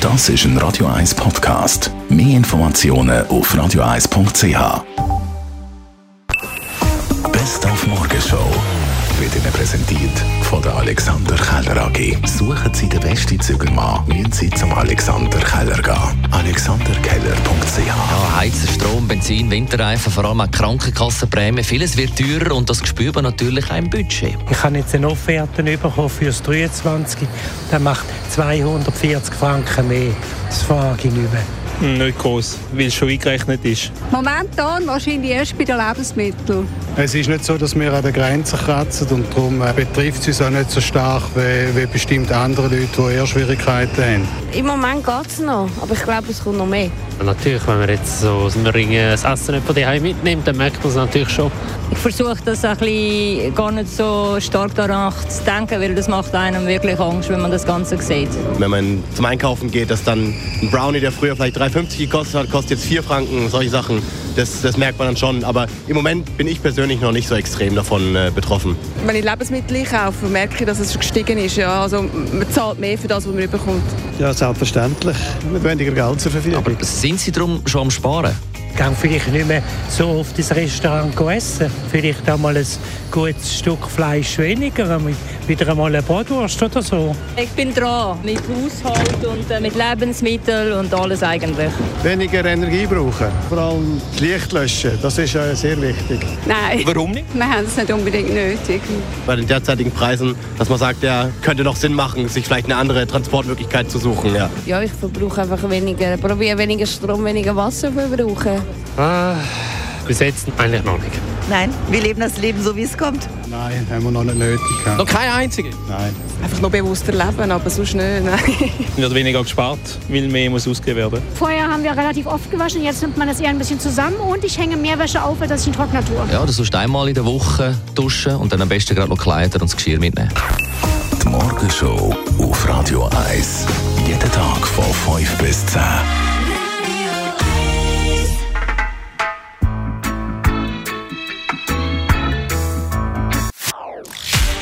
Das ist ein Radio 1 Podcast. Mehr Informationen auf radio1.ch. Best auf Morgenshow wird Ihnen präsentiert von der Alexander Keller AG. Suchen Sie den besten Zügelmann, müssen Sie zum Alexander Keller gehen. AlexanderKeller.ch Ja, Heizen, Ah, Strom, Benzin, Winterreifen, vor allem auch die Krankenkassenprämie, vieles wird teurer und das spürt man natürlich auch im Budget. Ich habe jetzt eine Offerte bekommen für das 23. Der macht 240 Franken mehr. Das fahre ich nicht Nicht groß, weil es schon eingerechnet ist. Momentan wahrscheinlich erst bei den Lebensmitteln. Es ist nicht so, dass wir an der Grenze kratzen und darum äh, betrifft es uns auch nicht so stark wie, wie bestimmt andere Leute, die eher Schwierigkeiten haben. Im Moment geht es noch, aber ich glaube, es kommt noch mehr. Natürlich, wenn man jetzt so aus dem Ring das Essen nicht von daheim mitnimmt, dann merkt man es natürlich schon. Ich versuche das ein bisschen gar nicht so stark daran zu denken, weil das macht einem wirklich Angst, wenn man das Ganze sieht. Wenn man zum Einkaufen geht, dass dann ein Brownie, der früher vielleicht 3,50 gekostet hat, kostet jetzt 4 Franken, solche Sachen. Das, das merkt man dann schon. Aber im Moment bin ich persönlich noch nicht so extrem davon äh, betroffen. Wenn ich Lebensmittel einkaufe, merke ich, dass es gestiegen ist. Ja, also man zahlt mehr für das, was man bekommt. Ja, selbstverständlich. Mit weniger Geld zur Verfügung. Aber sind Sie darum schon am Sparen? Ich gehe vielleicht nicht mehr so oft ins Restaurant essen. Vielleicht auch mal ein gutes Stück Fleisch weniger, wieder einmal eine Bratwurst oder so. Ich bin dran, mit Haushalt und äh, mit Lebensmitteln und alles eigentlich. Weniger Energie brauchen. Vor allem das Licht löschen, das ist äh, sehr wichtig. Nein, Warum nicht? wir haben es nicht unbedingt nötig. Bei den derzeitigen Preisen, dass man sagt, ja, könnte noch Sinn machen, sich vielleicht eine andere Transportmöglichkeit zu suchen. Ja. Ja, ich verbrauche einfach weniger. Probiere weniger Strom, weniger Wasser zu verbrauchen. Ah, bis jetzt eigentlich noch nicht. Nein, wir leben das Leben so, wie es kommt. Nein, haben wir noch nicht nötig. ja. Noch kein einziger. Nein. Einfach noch bewusster leben, aber sonst nicht. Nein. Wird weniger gespart, weil mehr muss ausgegeben werden. Vorher haben wir relativ oft gewaschen, jetzt nimmt man das eher ein bisschen zusammen und ich hänge mehr Wäsche auf, als dass ich in Trockner tue. Ja, das musst du einmal in der Woche duschen und dann am besten gerade noch Kleider und das Geschirr mitnehmen. Die Morgenshow auf Radio 1. Jeden Tag von 5 bis 10.